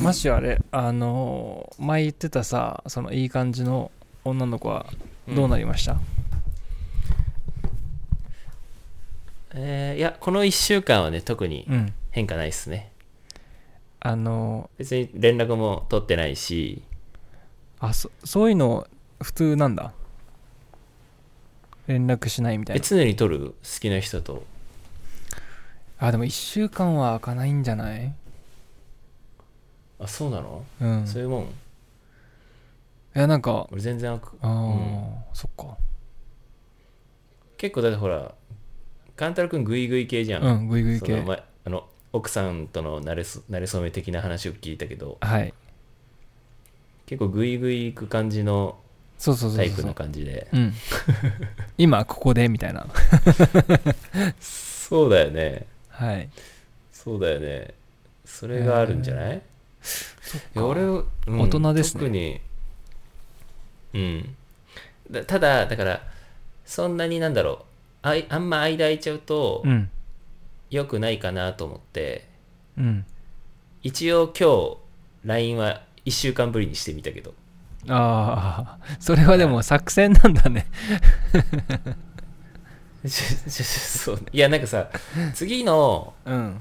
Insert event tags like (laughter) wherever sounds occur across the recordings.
マシュあれあのー前言ってたさそのいい感じの女の子はどうなりました、えーいやこの1週間はね特にうん変化ないですねあの別に連絡も取ってないしーあそそういうの普通なんだ連絡しないみたいえな常に取る好きな人とあでも1週間は開かないんじゃないあそうなの、うんそういうもんいやなんか俺全然開くああ、うんそっか結構だってほら勘太郎くんグイグイ系じゃん、うんグイグイその系前あの奥さんとの慣れそ慣れ初め的な話を聞いたけどはい結構グイグイ行く感じのそうそうそタうイそプうの感じでうん (laughs) 今ここでみたいなそうだよねはいそうだよねそれがあるんじゃない、いや俺、うん大人ですね特にうんだただだからそんなになんだろうあいあんま間空いちゃうとうん良くないかなと思って、うん一応今日 LINE は1週間ぶりにしてみた (laughs) けどああそれはでも作戦なんだねちょちょちょそういやなんかさ次のうん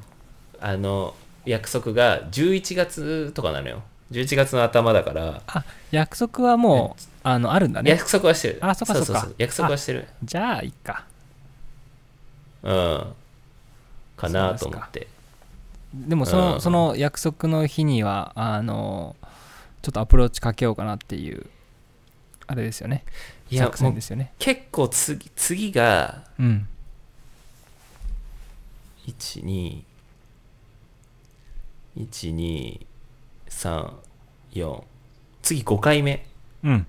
あの約束が11月とかなのよ11月の頭だからあ約束はもうあのあるんだね約束はしてるあそっかそっかううう約束はしてるじゃあいっかうんかなと思そうっでてでもそうのんその約束の日にはあのちょっとアプローチかけようかなっていうあれですよねいや作も戦うですよね結構次次がうん12123次5回目うん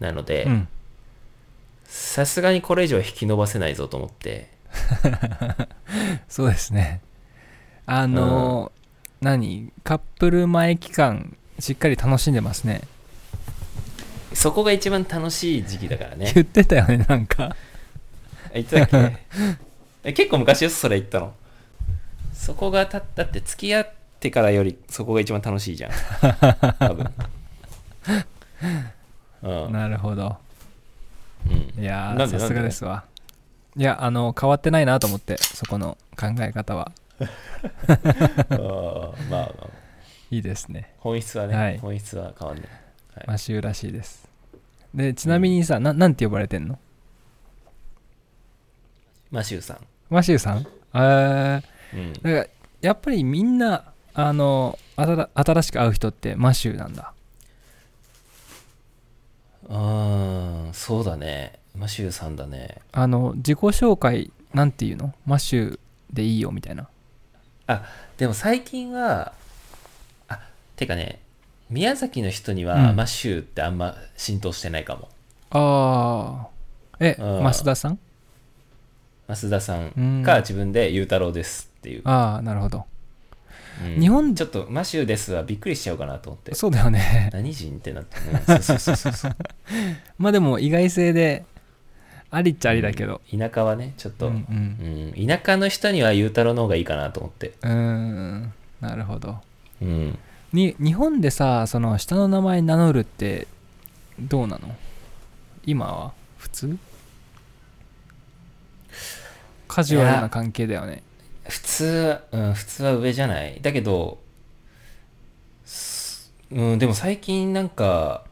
なので、うんさすがにこれ以上は引き伸ばせないぞと思ってそうですね。あの、何カップル前期間、しっかり楽しんでますね。そこが一番楽しい時期だからね言ってたよね、なんか。言ってたっけえ結構昔よそれ言ったのそこがただって付き合ってからよりそこが一番楽し (laughs) いじゃん多 (laughs) 分うんなるほど。うんいやなー、んでさすがですわ。いや、あの、変わってないなと思って、そこの考え方は。あーまあまあいいですね。本質はね、はい本質は変わんないはいマシューらしいです。で、ちなみにさ、ななんて呼ばれてんのマシューさんマシューさんえうんー、だから、やっぱりみんな、あの、あたら新しく会う人ってマシューなんだ。あーそうだねマシューさんだねあの、自己紹介、なんていうのマシューでいいよ、みたいな。でも最近はあてかね宮崎の人にうはんマシューってあんま浸透してないかも、ああえうん増田さん増田さうんんか自分で「ゆうたろうです」っていう、ああなるほどうん日本ちょっと「マシューです」はびっくりしちゃうかなと思ってそうだよね (laughs) 何人ってなって、うんそうそうそうそうまあでも意外性でありっちゃありだけど田舎はねちょっうと、うんん田舎の人には「ゆうたろうの方がいいかなと思ってうんうんなるほどうんに日本でさその下の名前名乗るってどうなの今は普通カジュアルな関係だよね普通、うん、普通は上じゃないだけど、すうん、でも最近なんか、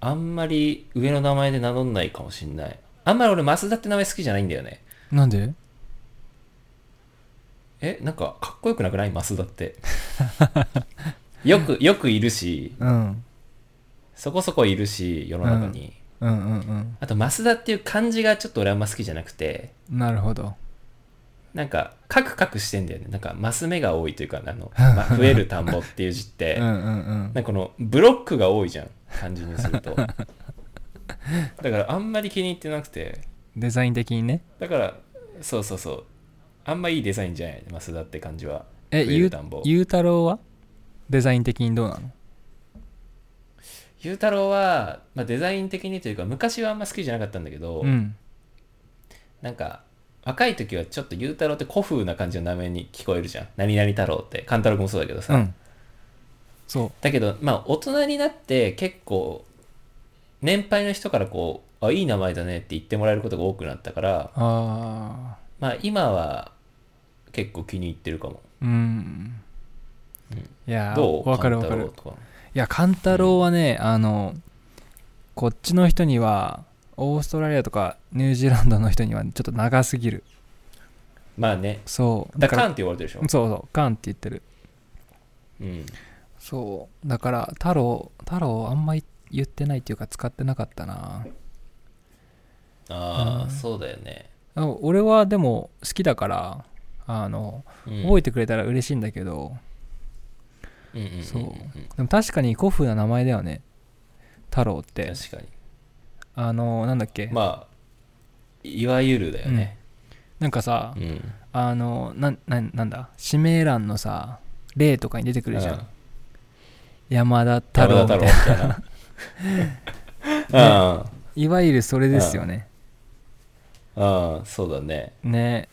あんまり上の名前で名乗んないかもしんない。あんまり俺、増田って名前好きじゃないんだよね。なんでえ、なんか、かっこよくなくない増田って。 (laughs) よく、よくいるし、うんそこそこいるし、世の中に。うんうんあと、増田っていう漢字がちょっと俺あんま好きじゃなくて、うんなるほどなんか、カクカクしてんだよね。なんか、マス目が多いというか、あ (laughs) の、ま増える田んぼっていう字って、うんうんうんなんかこのブロックが多いじゃん感じにす (laughs) るとだからあんまり気に入ってなくてデザイン的にねだからそうそうそうあんまいいデザインじゃない増田って感じはえ増えゆるう田んぼゆうたろうはデザイン的にどうなのゆうたろうは、まあ、デザイン的にというか昔はあんま好きじゃなかったんだけど、うんなんか若い時はちょっとゆうたろうって古風な感じの名前に聞こえるじゃん何々太郎って勘太郎君もそうだけどさ、うんそだけど、まあ、大人になって結構、年配の人からこう、あ、いい名前だねって言ってもらえることが多くなったから、うああまあ、今は結構気に入ってるかも。うんいやどうわかるわか勘る太郎といや勘太郎はね、あのこっちの人にはオーストラリアとかニュージーランドの人にはちょっと長すぎるまあね。そうだから、カンって言われてるでしょそう。そうカンって言ってるうん。そうだから太郎太郎あんまり言ってないっていうか使ってなかったなああ、うんそうだよね。あ俺はでも好きだからあのうん覚えてくれたら嬉しいんだけど、うんうんうんうんそうでも確かに古風な名前だよね太郎って確かに。あのなんだっけ、まあ、いわゆるだよね。なんかさ、うん。あのなんなんなんだ指名欄のさ例とかに出てくるじゃん、うん山田太山郎田みた太い郎なみたいな。うん (laughs) いわゆるそれですよね、うん、そうだね。ね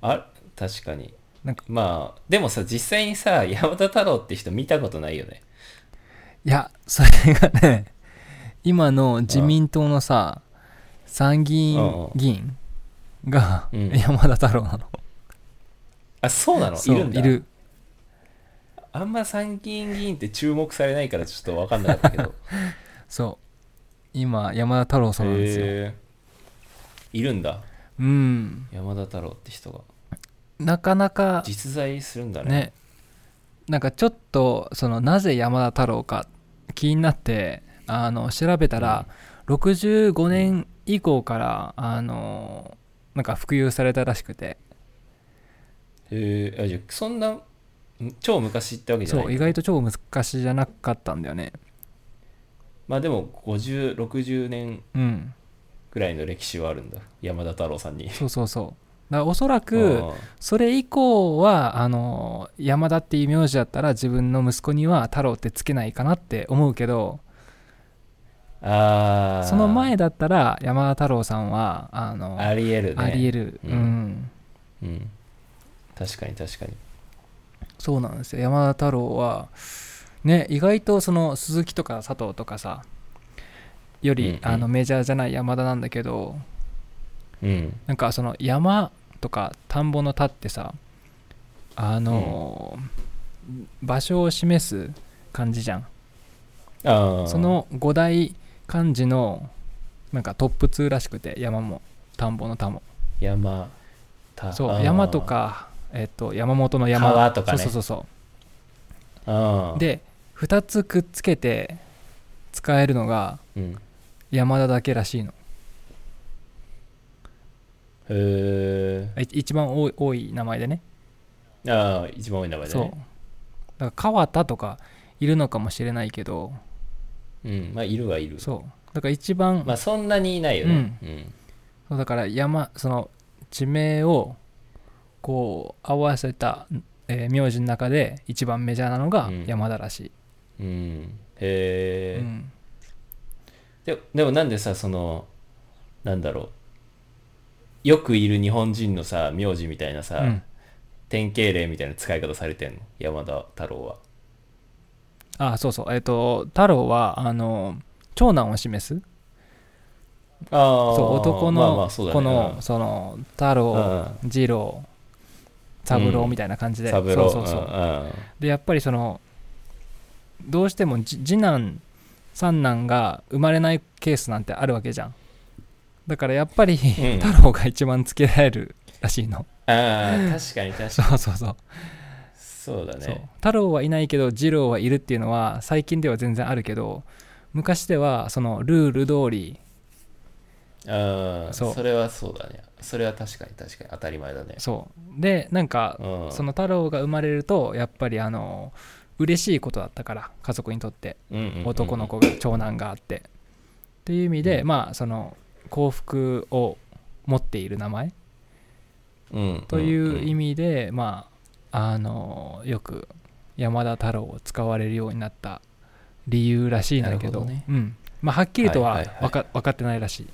あ確かに。なんかまあ、でもさ、実際にさ、山田太郎って人見たことないよね。いやそれがね今の自民党のさ参議うんう院ん議員がうん山田太郎なの、あ、そうなのそういるんだ。いるあんま参議院議員って注目されないからちょっとわかんなかったけ (laughs) ど。そう今山田太郎さんなんですよ、へーいるんだ。うん山田太郎って人が。なかなか実在するんだね。ねなんかちょっとそのなぜ山田太郎か気になってあの調べたら、65年以降からあのなんか服用されたらしくてへーあじゃあそんな、ん超昔ってわけじゃない。そう意外と超難しいじゃなかったんだよねまあでも、50、60年うんぐらいの歴史はあるんだ。山田太郎さんに。そうそうそうだからおそらうんくそれ以降はあの山田っていう名字だったら自分の息子には太郎ってつけないかなって思うけどああ。その前だったら山田太郎さんはあのありえるね。ありえる、うんうん、うん。確かに確かに。そうなんですよ山田太郎はね意外とその鈴木とか佐藤とかさより、うんうんあのメジャーじゃない山田なんだけどうん。なんかその山とか田んぼの田ってさあのー、場所を示す漢字じゃんああ。そ、の五大漢字のなんかトップ2らしくて山も田んぼの田も山、たそう山と、か、えっと山本の山川とかねそうそうそうそうあー、で2つくっつけて使えるのがうん、へ山田だけらしいのえ。い一番多い多い名前でねああ、一番多い名前だそうねだ。から川田とかいるのかもしれないけどうん。まあ、いるはいる。そうだから一番、まあ、そんなにいないよね。うん。そうだから山その地名をこう合わせた、えー名字の中で一番メジャーなのがうん山田らしい、うん。うんへえ、で。でも、なんでさ、その、なんだろう。よくいる日本人のさ、名字みたいなさ、うん典型例みたいな使い方されてんの山田太郎は。あそうそうえっ、と太郎はあの長男を示すああ。そう男まあまのあそうだねこのその太うん郎うん二郎三郎みたいな感じで、サブローそうそうそう、うんでやっぱりそのどうしてもじ次男三男が生まれないケースなんてあるわけじゃんだからやっぱり、ん太郎が一番つけられるらしいのああ確かに (laughs) 確かそうそうそう,、にそうだそうね太郎はいないけど二郎はいるっていうのは最近では全然あるけど昔ではそのルール通りうんそうそれはそうだねそれは確かに確かに当たり前だねそうでなんかうんその太郎が生まれるとやっぱりあの嬉しいことだったから家族にとってうんうんうん男の子が長男があってっていう意味で、うまあその幸福を持っている名前うんという意味味で、まああのよく山田太郎を使われるようになった理由らしいんだけどなるほどねうんまあ、はっきりとははい分はいか,、はい分かってないらしい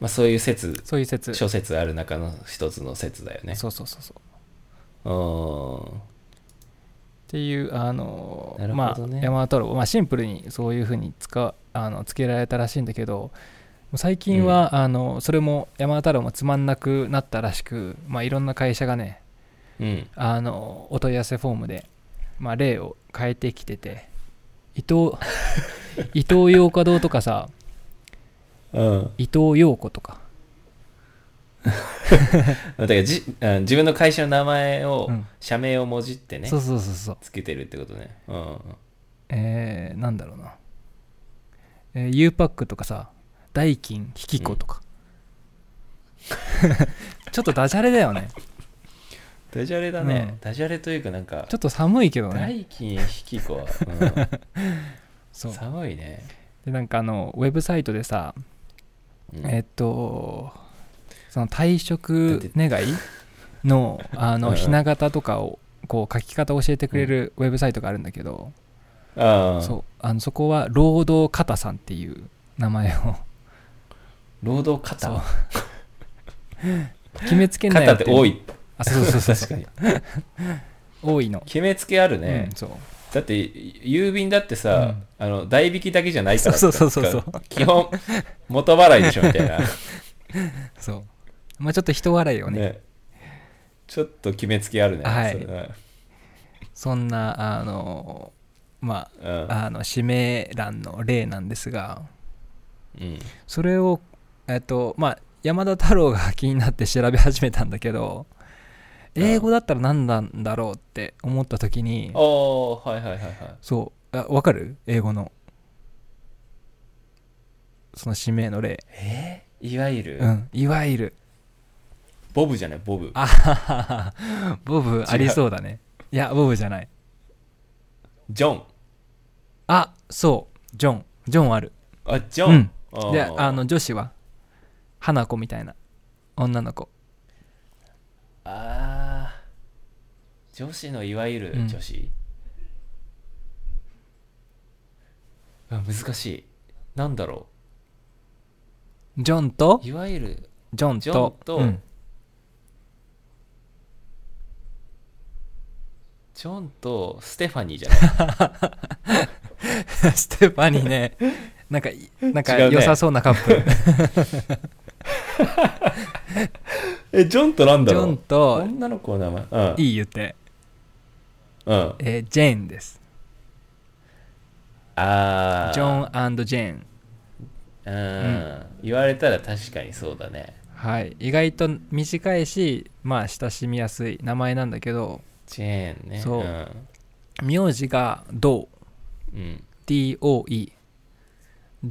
まあそういう説そういう説そう諸説ある中の一つの説だよねそうそうそううんっていうあの、なるまほあどね山田太郎、まあ、シンプルにそういうふうに使うあのつけられたらしいんだけどもう最近は、あのそれも山田太郎もつまんなくなったらしく、まあ、いろんな会社がねうん。あのお問い合わせフォームで、まあ、例を変えてきてて伊 (laughs) 藤伊藤洋華堂とかさうん。伊藤洋子とか、だからじ、うん自分の会社の名前を、うん社名をもじってねそ、うそうそうそうつけてるってことね。うん。えー、なんだろうな、えー、U パックとかさ代金引き子とか、 (laughs) ちょっとダジャレだよねダジャレだうねん。ダジャレというか、なんかちょ、っと寒いけどね代金引き子は、うん (laughs) そう寒いね。でなんかあのウェブサイトでさ、うんえーっとその退職願いのあうのんひな形とかをこう書き方を教えてくれるウェブサイトがあるんだけど、ああ、そうあのそこは労働方さんっていう名前を (laughs) 労働そ肩う。決めつけない肩って多い (laughs) い。あそうそうそう確そかうに。多いの決めつけあるね。うん、そうだって郵便だってさ、あの代引きだけじゃないからそうそうそうそう使基本元払いでしょみた (laughs) いな、そうまあちょっと人笑いをねね、ちょっと決めつけあるね、はいそれはそんなあのまうあんあの指名欄の例なんですがうんそれをえっとまあ山田太郎が気になって調べ始めたんだけどうん英語だったら何なんだろうって思った時におーはいはいはいはいそうあわかる英語のその指名の例、えーいわゆる、うん、いわゆるボブじゃないボブあはははボブありそうだねいやボブじゃないジョンあそうジョンジョンあるあジョうんン、おーであの女子は花子みたいな女の子あー女子のいわゆるうん女子、あ難しいなんだろジョンとういわゆるジョンジョンととうん (laughs) ジョンとステファニーじゃない (laughs) ステファニー (laughs) ねなんかいなんか違うね良さそうなカップル、えジョンとなんジョンと女の子の名前いい言って、うん、うん、えージェーンですああジョンジェーンうん、言われたら確かにそうだねはい意外と短いしまあ親しみやすい名前なんだけどチェーンねそうん名字がドーうん DOE ジ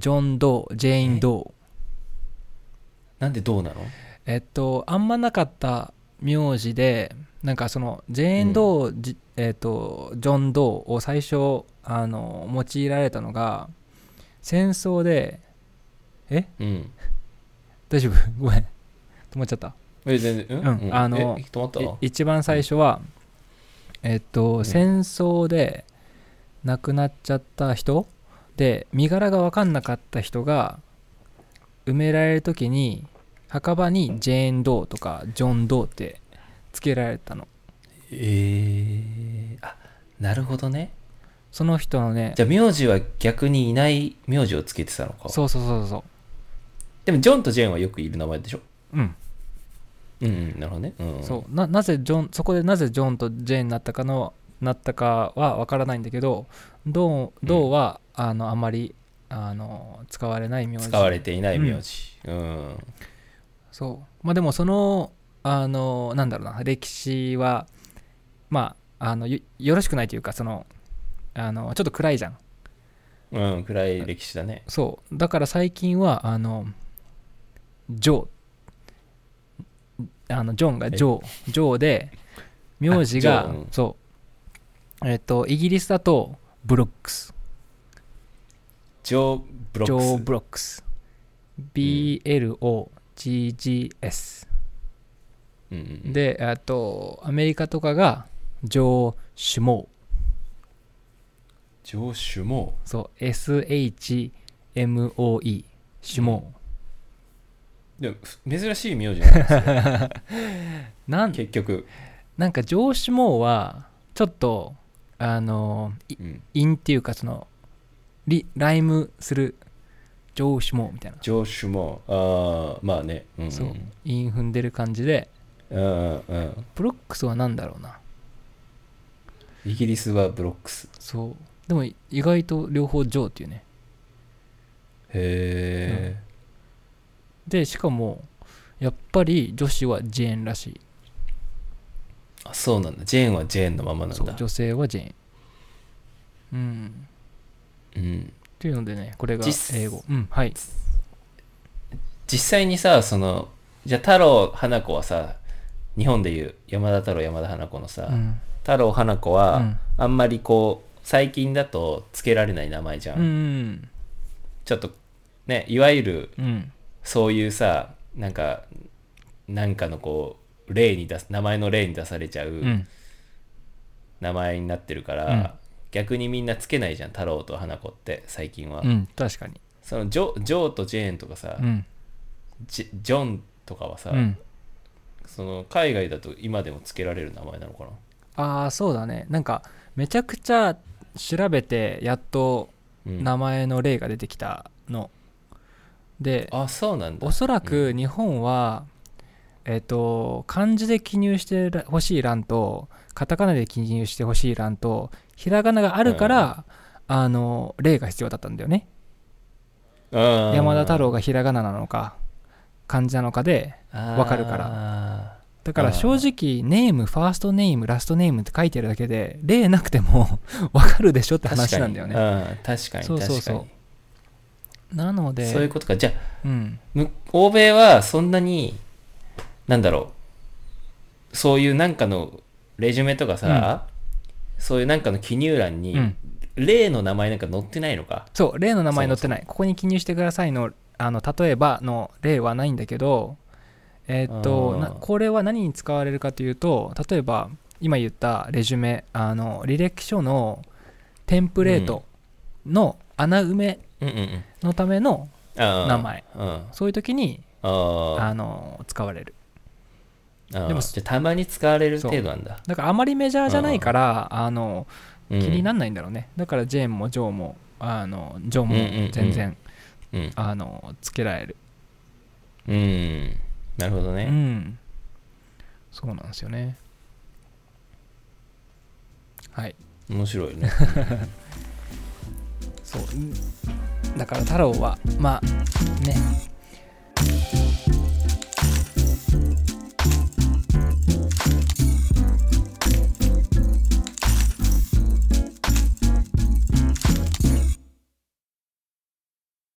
ョン・ドージェーン・ドーなんでどうなのえっとあんまなかった名字でなんかそのジェーン・ドー、じえっと、ジョン・ドーを最初あの用いられたのが戦争でえうん大丈夫 (laughs) ごめん止まっちゃったえ全然うんあのえ止まったい一番最初は、えっと、ん戦争で亡くなっちゃった人で身柄が分かんなかった人が埋められる時に墓場にジェーン・ドーとかジョン・ドーって付けられたのえー、あなるほどねその人のねじゃあ名字は逆にいない名字をつけてたのかそうそうそうそでもジョンとジェーンはよくいる名前でしょううん、うん、うん、なるほどね、うん、そうななぜジョンそこでなぜジョンとジェーンになったかのなったかは分からないんだけどドードーは、あのあまりあの使われない名字使われていない名字うん、そうまあでもそのあのなんだろうな歴史はまああのよよろしくないというかそのあのちょっと暗いじゃんうん暗い歴史だねそうだから最近はあのジョーあのジョンがジョージョーで名字あがジョーうんそうえっとイギリスだとブロックスジョー・ブロジックスョー・ブロックス BLOGGS、うんうんうんで、えっと、アメリカとかが、ジョー・シュモジョー・シュモー。そう、SHMOE。シュモーでもふ珍しい名字なん (laughs) ですよー。なん結局なんか、ジョー・シュモーは、ちょっと、あのいうん、韻っていうかそのリライムする上司もみたいな、上手もああまあねうんそううん韻踏んでる感じでうんうんブロックスは何だろうなイギリスはブロックスそうでも意外と両方上っていうねへえ、でしかもやっぱり女子はジェーンらしいあそうなんだジェーンはジェーンのままなんそうだ女性はジェーンうんうんというのでねこれが実英語うんはい実際にさそのじゃあ太郎花子はさ日本でいう山田太郎山田花子のさ、うん太郎花子は、うんあんまりこう最近だと付けられない名前じゃん、うんちょっとねいわゆるうんそういうさなんかなんかのこう例に出す名前の例に出されちゃううん名前になってるから、うん逆にみんなつけないじゃん太郎と花子って最近は、うん確かにそのジョジョーとジェーンとかさ、うんジジョンとかはさ、うんその海外だと今でもつけられる名前なのかなああそうだねなんかめちゃくちゃ調べてやっとうん、名前の例が出てきたの、であそうなんだおそらうく日本は、えっ、と漢字で記入してらほしい欄とカタカナで記入してほしい欄とひらがながあるから、あの例が必要だったんだよね山山田太郎がひらがななのか漢字なのかでわわかるかららだから正直ネームファーストネームラストネームって書いてるだけで例なくても (laughs) わかるでしょって話なんだよねね。確かに、そううん確かに、確かに。そそううそうなのでいうことか。じゃあ、うんむ欧米はそんなに、なんだろう、そういうなんかのレジュメとかさ、そういうなんかの記入欄に、うん例の名前なんか載ってないのか。そう例の名前載ってないここに記入してくださいのあの例えばの例はないんだけどえーっとあーなこれは何に使われるかというと例えば今言ったレジュメあの履歴書のテンプレートの穴埋めうんうんうん。のためのあー名前。うん。あそういう時にーあの使われるあー。ででもも、じゃあたまに使われる程度なんだ。だからあまりメジャーじゃないからあの気気になんらないんだろうねだからジェーンもジョーもあのジョーうんうんうもん全然うん。あのつけられるうん。なるほどね。うんそうなんですよねはい面白いね。そうだから太郎はまあね